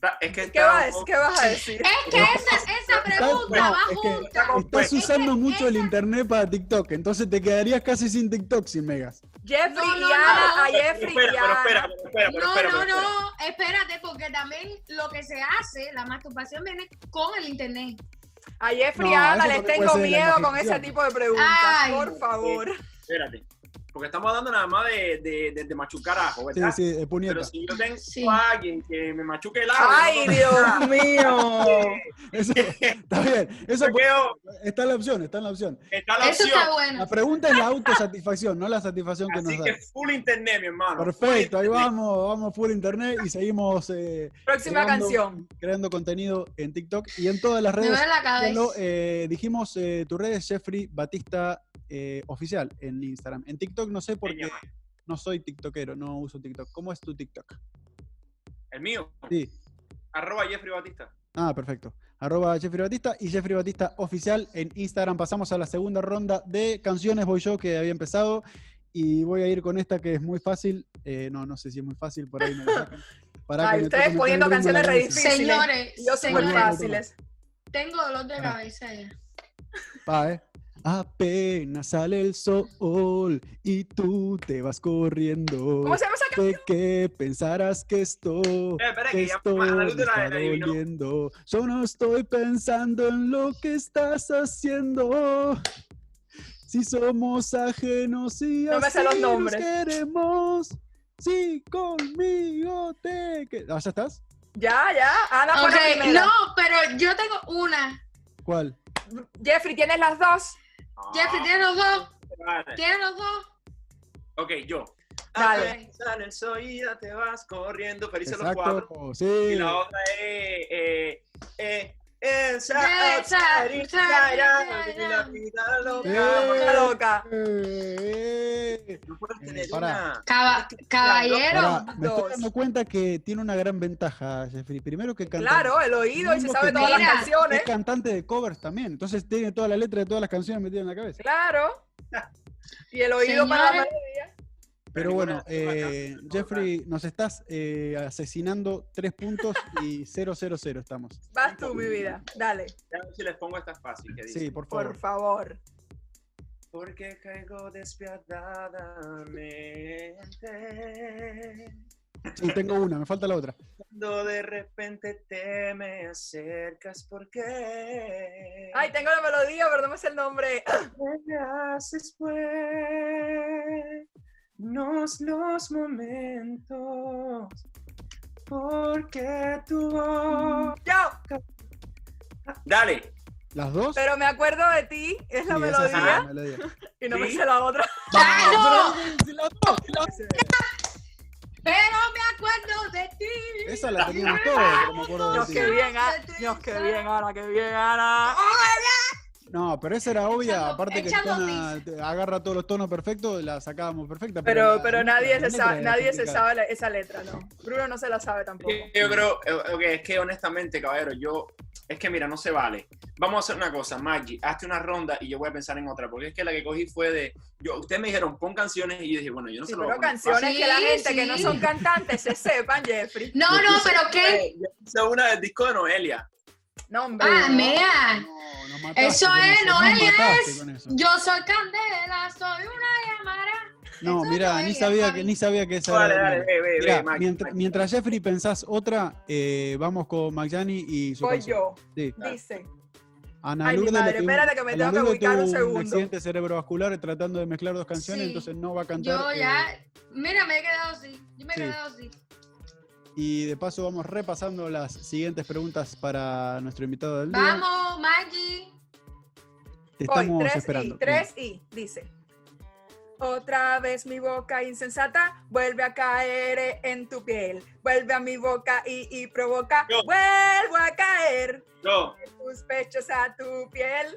E: ta- Es que
D: ¿Qué
E: está un
D: vas,
E: poco-
D: qué vas a decir?
C: Es que esa, esa pregunta
A: no,
C: va
A: es que-
C: junta.
A: estás
C: Es que
A: usando mucho el
C: esa-
A: internet para TikTok, entonces te quedarías casi sin TikTok sin megas.
D: Jeffrey
C: No, no,
D: y Ana,
C: no.
D: a
E: Pero
D: Jeffrey
E: espera,
D: y
E: pero
D: Ana.
E: espera, pero espera, pero
C: No,
E: espera,
C: no,
E: pero espera.
C: no, espérate, porque también lo que se hace, la masturbación viene con el internet.
D: A Jeffrey y
A: No,
D: a Ana
A: eso
D: les
A: porque puede
D: tengo
A: ser la
D: miedo con
A: imaginación.
D: ese tipo de preguntas,
C: Ay.
D: por favor.
E: Espérate. Porque estamos hablando nada más de, de, de, de machucar ajo,
A: Sí,
E: ¿verdad?
A: sí, eh, puñeta.
E: Pero si yo tengo
C: Sí.
E: a alguien que me machuque el ajo.
D: Ay,
E: no-
D: Dios mío.
A: Eso- está bien, eso
E: Yo creo
A: está la opción, está la opción.
E: que está la
C: Eso
E: opción.
C: está
A: La
C: bueno.
A: pregunta es la autosatisfacción, no la satisfacción que
E: Así
A: nos
E: que
A: da.
E: full internet, mi hermano.
A: Perfecto, ahí
E: Full internet.
A: vamos, vamos full internet y seguimos eh,
D: Próxima
A: creando-
D: canción.
A: creando contenido en TikTok y en todas las
C: Me
A: redes.
C: duele la cabeza.
A: Síganlo, eh, dijimos eh, tu red es Jeffrey Batista eh, Oficial en Instagram. En TikTok no sé porque
E: Señor.
A: no soy TikTokero, no uso TikTok. ¿Cómo es tu TikTok?
E: El mío.
A: Sí.
E: Arroba Jeffrey Batista.
A: Ah, perfecto. Arroba Jeffrey Batista y Jeffrey Batista oficial en Instagram. Pasamos a la segunda ronda de canciones. Voy yo que había empezado y voy a ir con esta que es muy fácil. Eh, no, no sé si es muy fácil, por ahí me la sacan. Pará
D: Ay,
A: que me
D: Ah, ustedes
A: toca meter
D: poniendo
A: el ritmo a la
D: canciones re
A: cabeza.
D: difíciles.
C: Señores,
D: Yo soy muy
A: Bueno,
C: señores,
A: bueno,
D: fáciles.
C: tengo dolor de
A: Pará.
C: cabeza ya.
A: Pa, eh. Apenas sale el sol y tú te vas corriendo.
D: ¿Cómo se llama esa canción?
A: Sé que pensarás que esto,
E: Eh, espera,
A: que
E: que ya
A: esto
E: a la
A: me
E: luz de la-
A: está
E: la adivinó.
A: doliendo. Yo no estoy pensando en lo que estás haciendo. Si somos ajenos y
D: No me sé los
A: así nos
D: nombres.
A: queremos. Sí, conmigo te... que- Ah, ¿Ya estás?
D: Ya, ya. Ana fue la
C: Ok,
D: primera.
C: no, pero yo tengo una.
A: ¿Cuál?
D: Jeffrey, ¿tienes las dos?
C: Jeffrey, ¿tienes los dos?
E: Ah, Vale.
C: ¿Tienes los dos?
E: Ok, yo.
D: Dale.
E: A pensar en Soida te vas corriendo, felices los cuatro.
A: Exacto. Sí.
E: Y la otra es. Eh, eh, eh,
C: Esa- esa-
D: Está
A: Eh.
E: No
D: loca.
A: Eh,
E: puedes tener
A: Eh, pará.
E: una.
C: Caba- caballero.
A: pará, me estoy
D: dos.
A: dando cuenta que tiene una gran ventaja, Jeffrey. Primero que canta.
D: Claro, el oído y se
A: Mismo
D: sabe
A: que
D: todas las
C: mira.
D: canciones.
E: ¿eh?
A: Es cantante de covers también. Entonces tiene toda la letra de todas las canciones metida en la cabeza.
D: Claro. Y el oído para la
C: Señores.
D: melodía.
A: Pero bueno,
E: ninguna de las dos
A: eh,
E: alcanza.
A: Jeffrey, nos estás eh, asesinando tres puntos y 0 0 0 estamos.
D: Vas tú, mi vida. Dale,
E: Ya ver si les pongo esta fácil. Que dice,
A: Sí, por favor.
D: por favor.
E: Porque caigo despiadadamente.
A: Sí, tengo una, me falta la otra.
E: Cuando de repente te me acercas, ¿por qué?
D: Ay, tengo la melodía, pero no me sé el nombre.
E: Verás después los momentos porque tu voz
D: Yo,
E: dale
A: ¿Las dos?
D: pero me acuerdo de ti, es la
A: Sí, esa es la
D: melodía,
A: melodía.
D: y no me
E: Sí.
D: sé la otra.
C: Ah, ¡Claro!
A: Sí, las dos, las dos.
C: Pero me acuerdo de ti.
A: Esa la teníamos todos, pero me acuerdo
D: Dios,
A: de ti.
D: qué bien, Ana.
C: Sí.
D: Dios, qué bien, Ana, qué bien, Ana.
A: No, pero esa era obvia,
C: Echando-
A: aparte que
C: echando
A: Tona te- agarra todos los tonos perfectos, la sacábamos perfecta.
D: Pero,
A: la-
D: pero
A: la
D: nadie, se
A: letra
D: sabe,
A: era
D: nadie se
A: complicada.
D: sabe la- esa letra, ¿no? Bruno no se la sabe tampoco.
E: yo creo eh, ok, es que honestamente caballero yo es que mira no se vale vamos a hacer una cosa Maggie hazte una ronda y yo voy a pensar en otra porque es que la que cogí fue de yo ustedes me dijeron pon canciones y yo dije bueno yo no
D: Sí,
E: se lo voy a
D: pero
E: poner
D: canciones
C: fácil.
D: que la
C: Sí,
D: gente que no
C: sí.
D: son cantantes se sepan, Jeffrey.
C: No, no, pero ¿qué?
E: fácil. yo hice una del disco de Noelia
D: No, hombre.
C: Ah,
D: no.
C: mea.
A: No, nos mataste
C: Eso
A: con
C: es,
A: nos
C: Noelia
A: mataste
C: es.
A: con eso.
C: Yo soy Candela, soy una llamada.
A: No,
C: Eso
A: mira,
C: no
A: ni
C: es,
A: sabía
C: Javi.
A: que ni sabía que esa
E: dale
A: era.
E: dale
A: Noelia.
E: ve ve
A: Mirá,
E: ve Maggie,
A: mientras,
E: Maggie.
A: mientras Jeffrey pensás otra, eh, vamos con Magjani y su
D: Voy
A: canción.
D: yo.
A: Sí.
D: Dice.
A: Ana
D: Ay, mi
A: Lourdes le
D: madre,
A: tuvo-
D: espérate que me
A: Ana
D: tengo que
A: Lourdes
D: ubicar
A: tuvo
D: un
A: Un
D: segundo.
A: accidente cerebrovascular tratando de mezclar dos canciones,
C: Sí.
A: entonces no va a cantar.
C: Yo
A: eh,
C: ya. Mira, me he quedado así. Yo me he
A: Sí.
C: quedado así.
A: Y de paso vamos repasando las siguientes preguntas para nuestro invitado del día.
C: Vamos, Maggie.
A: Te
D: Voy,
A: estamos
D: tres
A: esperando.
D: y, tres y, dice. Otra vez mi boca insensata vuelve a caer en tu piel, vuelve a mi boca y, y provoca,
E: Yo.
D: vuelvo a caer
E: yo
D: tus pechos a tu piel.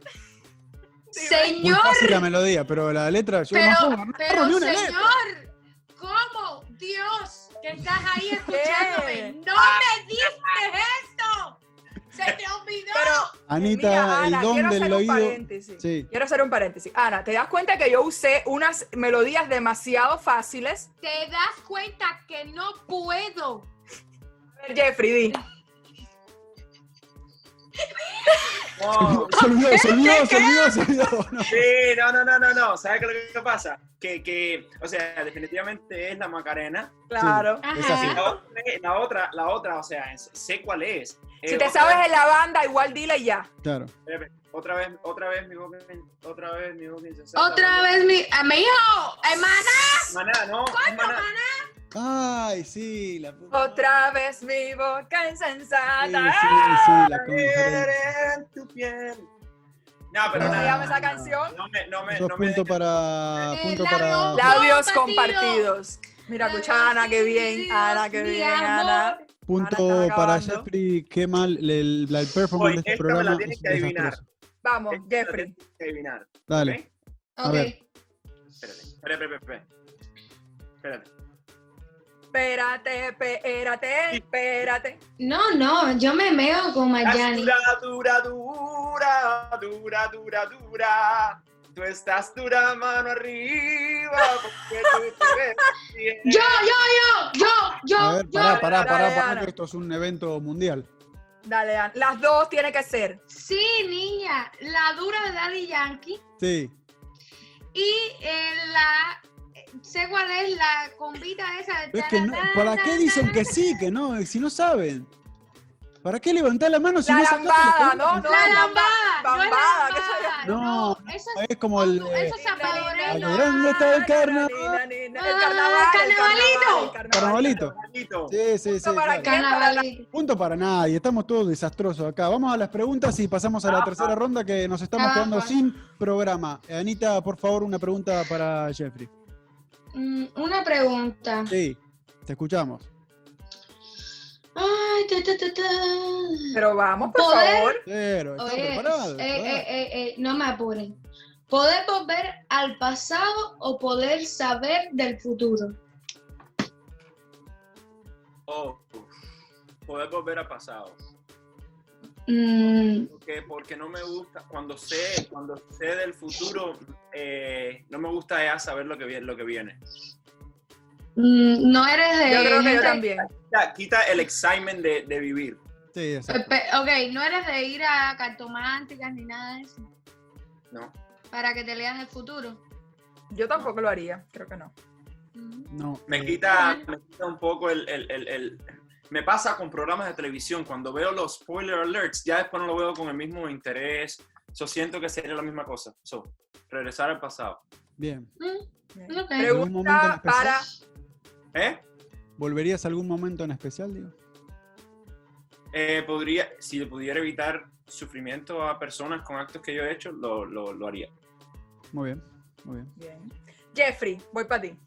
D: Sí,
A: Muy
C: Señor,
A: fácil la meloddia, pero la letra yo no
C: pero,
A: jodo, no
C: pero
A: agarro ni una ¿eh? letra.
C: señor, ¿cómo? Dios, que estás ahí escuchándome. No
A: Ah.
C: me diste esto. Se te olvidó.
D: Pero,
A: Anita,
D: mira, Ana,
A: el don
D: quiero hacer
A: del
D: un
A: oído.
D: paréntesis.
A: Sí.
D: Quiero hacer un paréntesis. Ana, ¿te das cuenta que yo usé unas melodías demasiado fáciles?
C: Te das cuenta que no puedo.
D: A ver, Jeffrey, di.
E: Wow.
A: Se olvidó, se olvidó, se olvidó, se olvidó. No.
E: Sí, no, no, no, no, no. ¿Sabes qué es lo que pasa? Que, que, o sea, definitivamente es la Macarena.
D: Claro.
A: Es así.
C: Ajá.
E: La otra, la otra, la otra, o sea, es- sé cuál es.
D: Si
E: Eh,
D: te
E: otra
D: sabes
E: vez-
D: en la banda, igual dile ya.
A: Claro.
E: Otra vez, otra vez mi boca, otra vez mi boca insensata.
C: Otra vez mi amigo, hermana.
E: Maná, no, es maná.
A: Ay, sí, la puta.
D: Otra vez mi boca
A: Sí, sí,
E: ¡Ah!
D: insensata.
A: sí, la conferencia.
E: En tu piel. No, pero
D: ¿Cómo se
E: nada.
D: llama esa canción?
E: No me, no me,
A: Eso es
E: no me.
A: punto para.
C: Eh,
A: Punto
C: labio.
A: para.
C: Compartidos.
D: Labios compartidos. Mira, escucha, Ana, qué bien, Ana, qué
C: Mi
D: bien,
C: amor.
D: Ana.
A: Punto para
D: acabando.
A: Jeffrey. Qué mal el, el- el performance
E: Oye,
A: de este
E: esta me la
A: programa.
E: tienes
A: es
E: que adivinar.
A: desastroso.
D: Vamos,
E: Esta la
D: Jeffrey.
E: tienes que adivinar, ¿ok?
A: Dale. A
C: Ok.
A: ver.
E: Espérate, espérate, espérate. Espérate.
D: Espérate, espérate, espérate.
C: No, no, yo me meo con Mayani.
E: Dura, dura, dura, dura, dura, dura. Tú estás dura, mano arriba, porque tú te ves bien.
C: Yo, yo, yo, yo, yo,
A: A ver,
C: yo.
A: pará, pará,
D: Dale,
A: pará,
D: dale,
A: pará,
D: Ana.
A: que esto es un evento mundial.
D: Dale, Ana. Las dos tiene que ser.
C: Sí, niña, la dura de Daddy Yankee
A: Sí.
C: y eh, la eh, sé cuál es la combita esa de
A: Es que no- ¿Para qué dicen que sí, que no? Si no saben. ¿Para qué levantar la mano si
D: La
A: no sacás
D: lambada,
A: la pelota?
D: No,
C: la
D: es
C: lambada,
D: lamba-
C: no es
D: bambada, ¿qué
C: lambada.
A: soy yo?
C: No,
A: No,
C: eso es,
A: Es como el. eh,
C: eso es
A: ¿A lo
C: zapadoreno.
A: grande está el carnaval?
D: El
C: Ah,
D: carnaval. el
C: carnavalito.
D: carnaval, el
A: Carnavalito.
E: Carnalito.
A: Sí, sí, sí.
D: Punto para
A: claro.
D: acá.
C: Carnavalito.
A: Punto para nadie, estamos todos desastrosos acá. Vamos a las preguntas y pasamos a la
E: Ah,
A: tercera ronda que nos estamos
C: Ah,
A: quedando
C: Juan.
A: sin programa. Eh, Anita, por favor, una pregunta para Jeffrey.
C: Mm, Una pregunta.
A: Sí, te escuchamos.
C: Ay, ta, ta, ta, ta.
D: Pero vamos, por
C: Poder.
D: favor.
A: Pero, ¿estás
C: Oye,
A: preparado?
C: eh, eh, eh, eh, no me apuren. ¿Poder volver al pasado o poder saber del futuro?
E: Oh, uf. poder volver al pasado.
C: Mm,
E: Porque, porque no me gusta, cuando sé, cuando sé del futuro, eh, no me gusta ya saber lo que viene. Lo que viene.
C: mm, no eres de.
D: Yo creo que yo
C: gente-
D: también.
E: Quita, quita el examen de, de vivir.
A: Sí,
C: Pe-
A: exacto.
C: pe- Ok, no eres de ir a cartománticas ni nada de eso.
E: No.
C: Para que te lean el futuro.
D: Yo tampoco lo haría, creo que no.
C: Mm.
A: No.
E: Me
A: eh,
E: quita, me quita un poco el, el- el- el- Me pasa con programas de televisión, cuando veo los spoiler alerts, ya después no lo veo con el mismo interés. Yo siento que sería la misma cosa. So, regresar al pasado.
A: Bien.
C: Mm,
D: Bien.
C: ok.
A: Pero- ¿Algún momento en
D: Pregunta
A: especial?
D: para
E: ¿Eh?
A: ¿Volverías a algún momento en especial, digo?
E: Eh, podría, si pudiera evitar sufrimiento a personas con actos que yo he hecho, lo, lo- lo haría.
A: Muy bien, muy bien.
D: Bien. Jeffrey, voy para ti.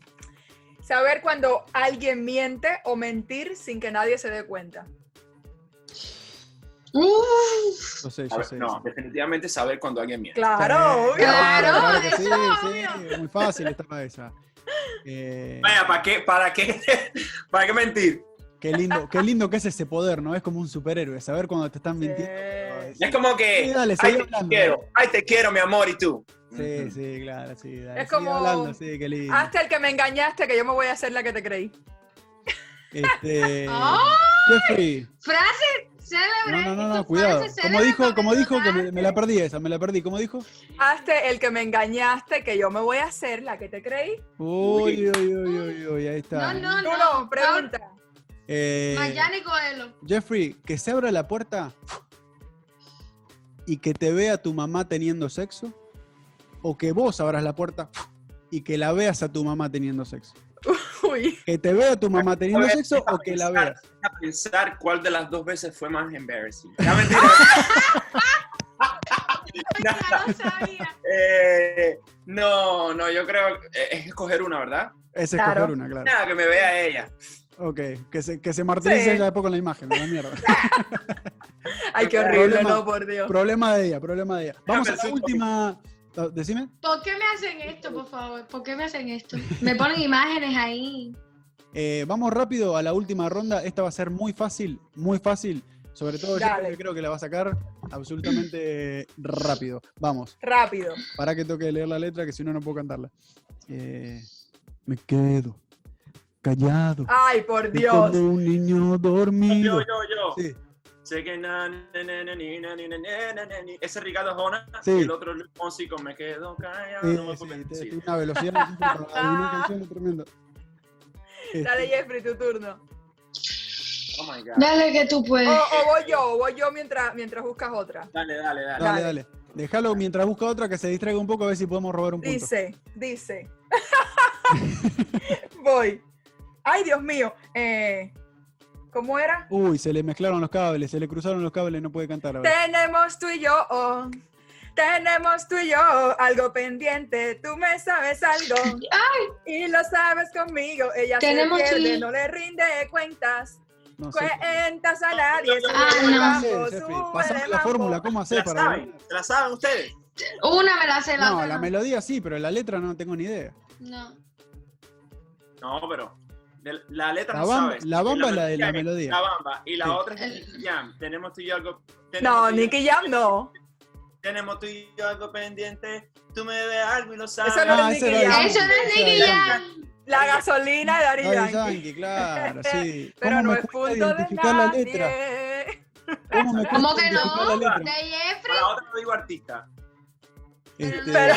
D: Saber cuando alguien miente o mentir sin que nadie se dé cuenta.
C: Uf,
A: Yo sé,
E: A
A: yo
E: ver,
A: sé.
E: no,
A: yo sé.
E: definitivamente saber cuando alguien miente.
D: Claro,
A: Sí, Ah,
D: obvio.
A: claro que
C: eso
A: sí,
C: es
A: sí, Muy fácil estaba esa. Eh,
E: Vaya, ¿para qué, para qué, para qué mentir?
A: qué lindo, qué lindo que es ese poder, ¿no? Es como un superhéroe, saber cuando te están mintiendo. pero
E: Es como que,
A: Sí, dale,
E: ay,
A: seguí
E: te
A: hablando.
E: quiero, ay, te quiero, mi amor, y tú.
A: Sí,
E: Ujú.
A: sí, claro, sí. dale,
D: Es
A: sigue
D: como-
A: hablando, sí, qué lindo.
D: Hasta el que me engañaste, que yo me voy a hacer la que te creí.
A: Este,
C: ¡Ay!
A: Jeffrey,
C: frase
A: no,
C: célebre.
A: no, no,
C: esto
A: no,
C: es
A: cuidado.
C: frase
A: Como
C: célebre
A: dijo,
C: para
A: como dijo que me,
C: mencionar.
A: me la perdí esa, me la perdí. ¿Cómo dijo?
D: Hasta el que me engañaste, que yo me voy a hacer la que te creí.
A: Uy, uy, uy, uy, uy, ahí está.
C: No, no,
D: Tú
C: no.
D: no, pregunta.
A: Eh,
C: Mayani Coelho.
A: Jeffrey, que se abra la puerta y que te vea tu mamá teniendo sexo, o que vos abras la puerta y que la veas a tu mamá teniendo sexo.
D: Uy,
A: Que te vea tu mamá teniendo
E: Oye,
A: sexo o que la
E: pensar,
A: veas.
E: a pensar cuál de las dos veces fue más embarrassing. Ya, mentira.
C: Ya lo sabía.
E: Eh, no, no, yo creo eh, es escoger una, ¿verdad?
A: Es
D: Claro.
A: escoger una, claro.
E: Nada, que me vea ella.
A: Ok, que se, que se martirice
D: Sí.
A: ella después con la imagen, la mierda.
D: ay, qué
E: Problema.
D: horrible, no, por Dios.
A: Problema de ella, problema de ella. Vamos a la
E: Déjame el
A: última. ah, Decime.
C: ¿Por qué me hacen esto, por favor? ¿Por qué me hacen esto? Me ponen imágenes ahí.
A: Eh, vamos rápido a la última ronda. Esta va a ser muy fácil, muy fácil. Sobre todo yo
D: Dale.
A: que creo que la va a sacar absolutamente rápido. Vamos,
D: Rápido.
A: para que toque leer la letra, que si no, no puedo cantarla. Eh, me quedo callado.
D: Ay, por Dios.
A: Como un niño dormido.
E: Yo, yo, yo.
A: Sí,
E: Sé que na, na, na, na, ni, na, ni, na, na, na, na, ni. Ese Ricardo Jona
A: Sí.
E: y el otro Luis Fonsi con Me quedo callado.
A: sí,
E: no me
A: sí,
E: puedo
A: te-
E: decir.
A: tiene una velocidad no sé, para alguna canción es tremendo. Este,
D: Dale, Jeffrey, tu turno.
E: Oh my God.
C: Dale que tú
D: O,
C: puedes.
D: o voy yo, o voy yo mientras, mientras buscas otra.
E: Dale, dale, dale.
A: dale, dale. Déjalo mientras busca otra que se distraiga un poco a ver si podemos robar un punto.
D: Dice, dice. Voy. Ay, Dios mío. Eh, ¿Cómo era?
A: Uy, se le mezclaron los cables, se le cruzaron los cables, no puede cantar ahora.
D: Tenemos tú y yo. oh, Tenemos tú y yo algo pendiente. Tú me sabes algo. Y lo sabes conmigo. Ella
C: Tenemos
D: se
C: tú y-
D: pierde, no le rinde cuentas.
A: No sé.
D: Cuentas a nadie.
E: Ah,
A: ¿Cómo
D: súbele
C: no.
A: haces,
D: mambo,
A: Jeffrey?
D: súbele
A: Pasame la
D: mambo.
A: fórmula, ¿cómo
E: ¿Se
A: haces
E: la
A: para
E: saben?
A: ganar?
E: ¿Se la saben ustedes?
C: Oh. Una me la sé, la
A: No,
C: otra
A: la
C: no.
A: melodía sí, pero la letra no tengo ni idea.
C: No.
E: No, pero de- la letra
A: La
E: no
A: Bamba-
E: sabes.
A: la Bamba es la de la melodía.
E: La bamba. Y la
A: Sí.
E: otra es Nicky Jam. Tenemos tú y yo algo. tenemos
D: No,
E: tú y yo-
D: Nicky Jam no.
E: Tenemos tú y yo algo pendiente. Tú me ves algo y lo sabes.
D: Eso no
A: Ah,
D: es
A: ese
D: Nicky
A: era
D: Jam.
A: Nicky
C: Eso no es Nicky Jam.
D: La gasolina de Ari
A: Daddy
D: Yankee.
A: Yankee, claro, sí.
D: Pero
A: ¿Cómo
D: no
A: me
D: es
A: cuesta
D: punto de
A: identificar la
D: nadie.
A: letra? ¿Cómo me
C: ¿Cómo
A: cuesta
C: que no?
A: identificar la letra?
C: De Jeffrey.
E: Para otra no digo artista.
C: Pero-
A: Este,
D: Pero-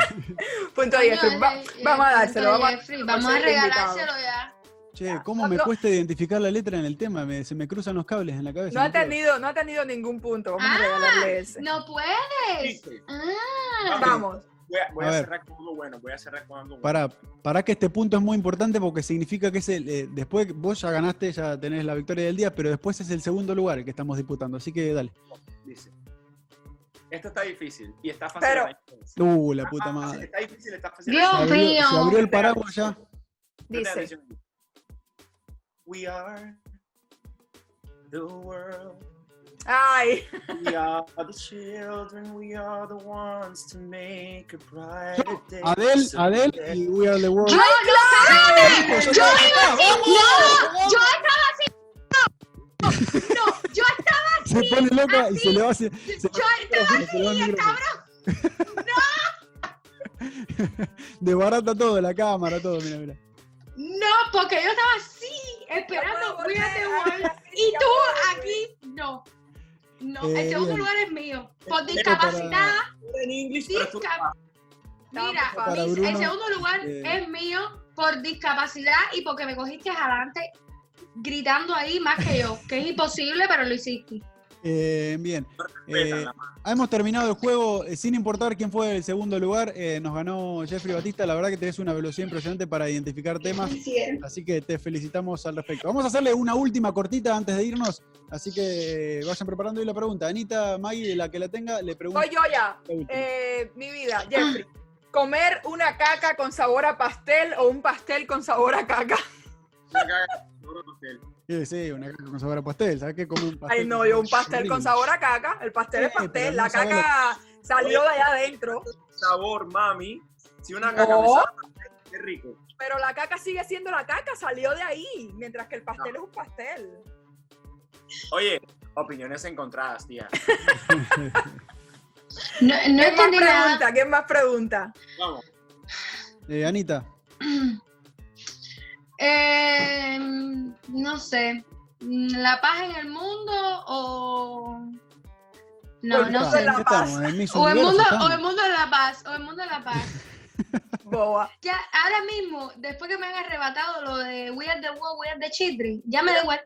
D: Punto de
C: No,
D: Jeffrey. Va-
C: de-
D: vamos a
C: de-
D: dárselo.
C: de
D: Vamos a,
C: Jeffrey.
D: por
C: Vamos a
D: ser invitado.
C: regalárselo ya.
A: Che, ¿cómo me
D: Otro-
A: cuesta identificar la letra en el tema? Me- se me cruzan los cables en la cabeza.
D: No ha
A: puedo.
D: tenido, no ha tenido ningún punto. Vamos
C: Ah,
D: a regalarle ese.
C: No puedes.
E: Triste.
C: Ah,
D: Vamos.
E: Voy a, voy a
A: A ver.
E: cerrar con algo bueno, voy a cerrar con algo bueno.
A: Para, para que este punto es muy importante porque significa que es el, eh, después que vos ya ganaste, ya tenés la victoria del día, pero después es el segundo lugar el que estamos disputando. Así que dale.
E: Dice, esto está difícil y está fácil.
D: Pero-
E: a la vez.
A: Uh, la puta
E: Ah,
A: madre.
E: Está difícil, está fácil.
A: Se
C: Dios
A: abrió,
C: mío.
A: se abrió el paraguas ya.
D: Dice,
E: We are the world.
D: ay,
E: We are the children. We are the ones to make a brighter day.
A: Adel,
E: So
A: Adel
E: let-
A: y We Are the
D: Pues,
A: World.
C: Yo no sé. Yo iba así. No, yo estaba así. No, no, yo estaba
A: se pone loca y se le va a hacer.
C: yo estaba
A: se le va el
C: así,
A: micrófono. Desbarata todo, la cámara, todo, mira, mira.
C: No, porque yo estaba así, esperando
D: No puedo
C: cuídate,
D: volver.
C: Juan. Y tú aquí, no. No,
A: Eh,
C: el segundo
A: bien.
C: lugar es mío. Por
E: Pero
C: discapacidad,
E: En inglés, pero tú-
C: discap-
D: No,
C: Mira,
D: por
A: favor.
C: mis-
A: Para
C: el
A: Bruno,
C: segundo lugar
A: eh.
C: es mío por discapacidad y porque me cogiste adelante gritando ahí más que yo, que es imposible, pero lo hiciste.
A: Eh, bien.
E: Respetan
A: Eh,
E: la
A: hemos terminado el juego eh, sin importar quién fue el segundo lugar. eh, nos ganó Jeffrey Batista. La verdad que tenés una velocidad impresionante para identificar temas. Así que te felicitamos al respecto. Vamos a hacerle una última cortita antes de irnos. Así que eh, vayan preparando hoy la pregunta. Anita, Maggie, la que la tenga, le pregunto.
D: voy yo ya.
A: la última.
D: Eh, mi vida, Jeffrey.
C: Ah.
D: ¿Comer una caca con sabor a pastel o un pastel con sabor a caca?
E: Una caga, no, no sé.
A: Eh, sí, una caca con sabor a pastel. ¿Sabes qué? Como un pastel.
D: Ay, no, yo un pastel con sabor a caca. El pastel es
A: Sí, pero
D: pastel.
A: no
D: La
A: sabe
D: caca salió de allá adentro.
E: Sabor, mami. Si una caca
D: No.
E: me sabe, qué rico.
D: Pero la caca sigue siendo la caca, salió de ahí. Mientras que el pastel es un pastel.
E: Oye, opiniones encontradas, tía.
C: No, no
D: ¿Quién más
C: entendí nada.
D: pregunta? ¿Quién más pregunta?
E: Vamos.
A: Eh, Anita,
C: Eh, no sé, la paz en el mundo o... No, no
D: Pues
A: ¿en
D: no
C: sé.
D: se la
A: qué
D: pasa.
A: estamos? ¿En Miss
C: O el,
A: Universo
C: mundo, o
A: estamos?
C: el mundo de la paz, o el mundo de la paz.
D: Boa.
C: Ya, ahora mismo, después que me han arrebatado lo de We Are the World, We Are the Children, ya me da igual.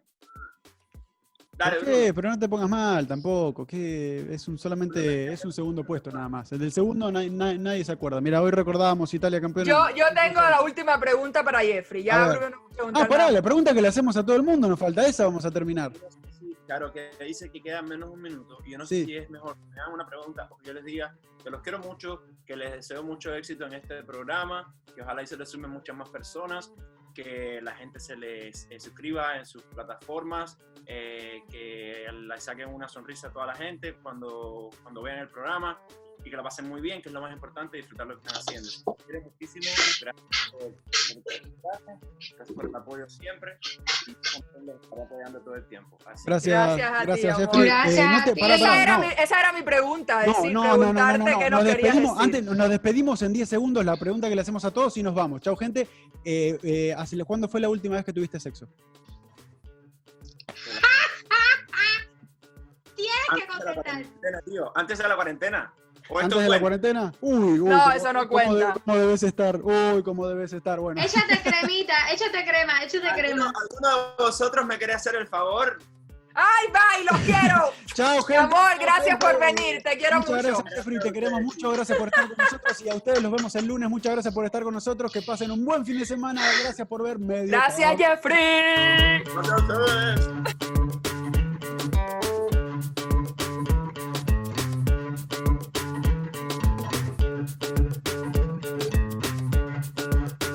E: Dale,
A: ¿Por
E: Bruno.
A: qué? Pero no te pongas mal tampoco, que es un solamente es un segundo puesto nada más. El del segundo na- na- nadie se acuerda. Mira, hoy recordábamos Italia campeona.
D: Yo, yo tengo la última pregunta para Jeffrey.
A: A
D: Ya
A: ver.
D: Bruno no preguntó
A: ah, pará,
D: nada.
A: la pregunta que le hacemos a todo el mundo, nos falta esa, vamos a terminar.
E: Sí, Claro, que dice que quedan menos un minuto. Y yo no
A: Sí.
E: sé si es mejor que me hagan una pregunta o que yo les diga que los quiero mucho, que les deseo mucho éxito en este programa, que ojalá y se les sumen muchas más personas, que la gente se les eh, suscriba en sus plataformas, eh, que le saquen una sonrisa a toda la gente cuando, cuando vean el programa y que la pasen muy bien, que es lo más importante, disfrutar lo que están haciendo. Eres muchísimo, gracias por, por escucharme, gracias por el apoyo siempre y por estar apoyando todo el tiempo. Así que-
A: Gracias,
D: Gracias a
A: gracias,
D: ti,
A: Jeffrey.
D: amor.
A: Eh,
C: Gracias
A: no
C: a
A: te,
C: ti.
A: pará,
D: esa,
A: pará,
D: era
A: no.
D: mi, esa era mi pregunta,
A: No,
D: decir,
A: no, no, no, no,
D: preguntarte
A: no, nos
D: qué nos querías
A: despedimos,
D: decir.
A: antes, nos despedimos en 10 segundos, la pregunta que le hacemos a todos y nos vamos. Chau gente, eh, eh, ¿hace- ¿cuándo fue la última vez que tuviste sexo?
C: Tienes que
E: Antes de la
C: contestar.
E: cuarentena, tío. Antes de la cuarentena.
A: ¿Antes
E: O Pues esto
A: de la
E: cuenta.
A: cuarentena? Uy, uy,
D: No,
A: cómo-
D: eso no
A: cómo de-
D: cuenta.
A: ¿Cómo debes estar? Uy, cómo debes estar, bueno.
C: Échate cremita, échate crema, échate crema.
E: ¿Alguno, alguno de vosotros me quiere hacer el favor?
D: Ay, bye, los quiero.
A: Chao gente.
D: Amor, gracias por venir. Te quiero
A: Muchas
D: mucho.
A: gracias, Jeffrey. Te queremos mucho. Gracias por estar con nosotros. Y a ustedes los vemos el lunes. Muchas gracias por estar con nosotros. Que pasen un buen fin de semana. Gracias por ver. Medio
D: Gracias,
A: Trabajo.
D: Jeffrey.
E: No sé ustedes.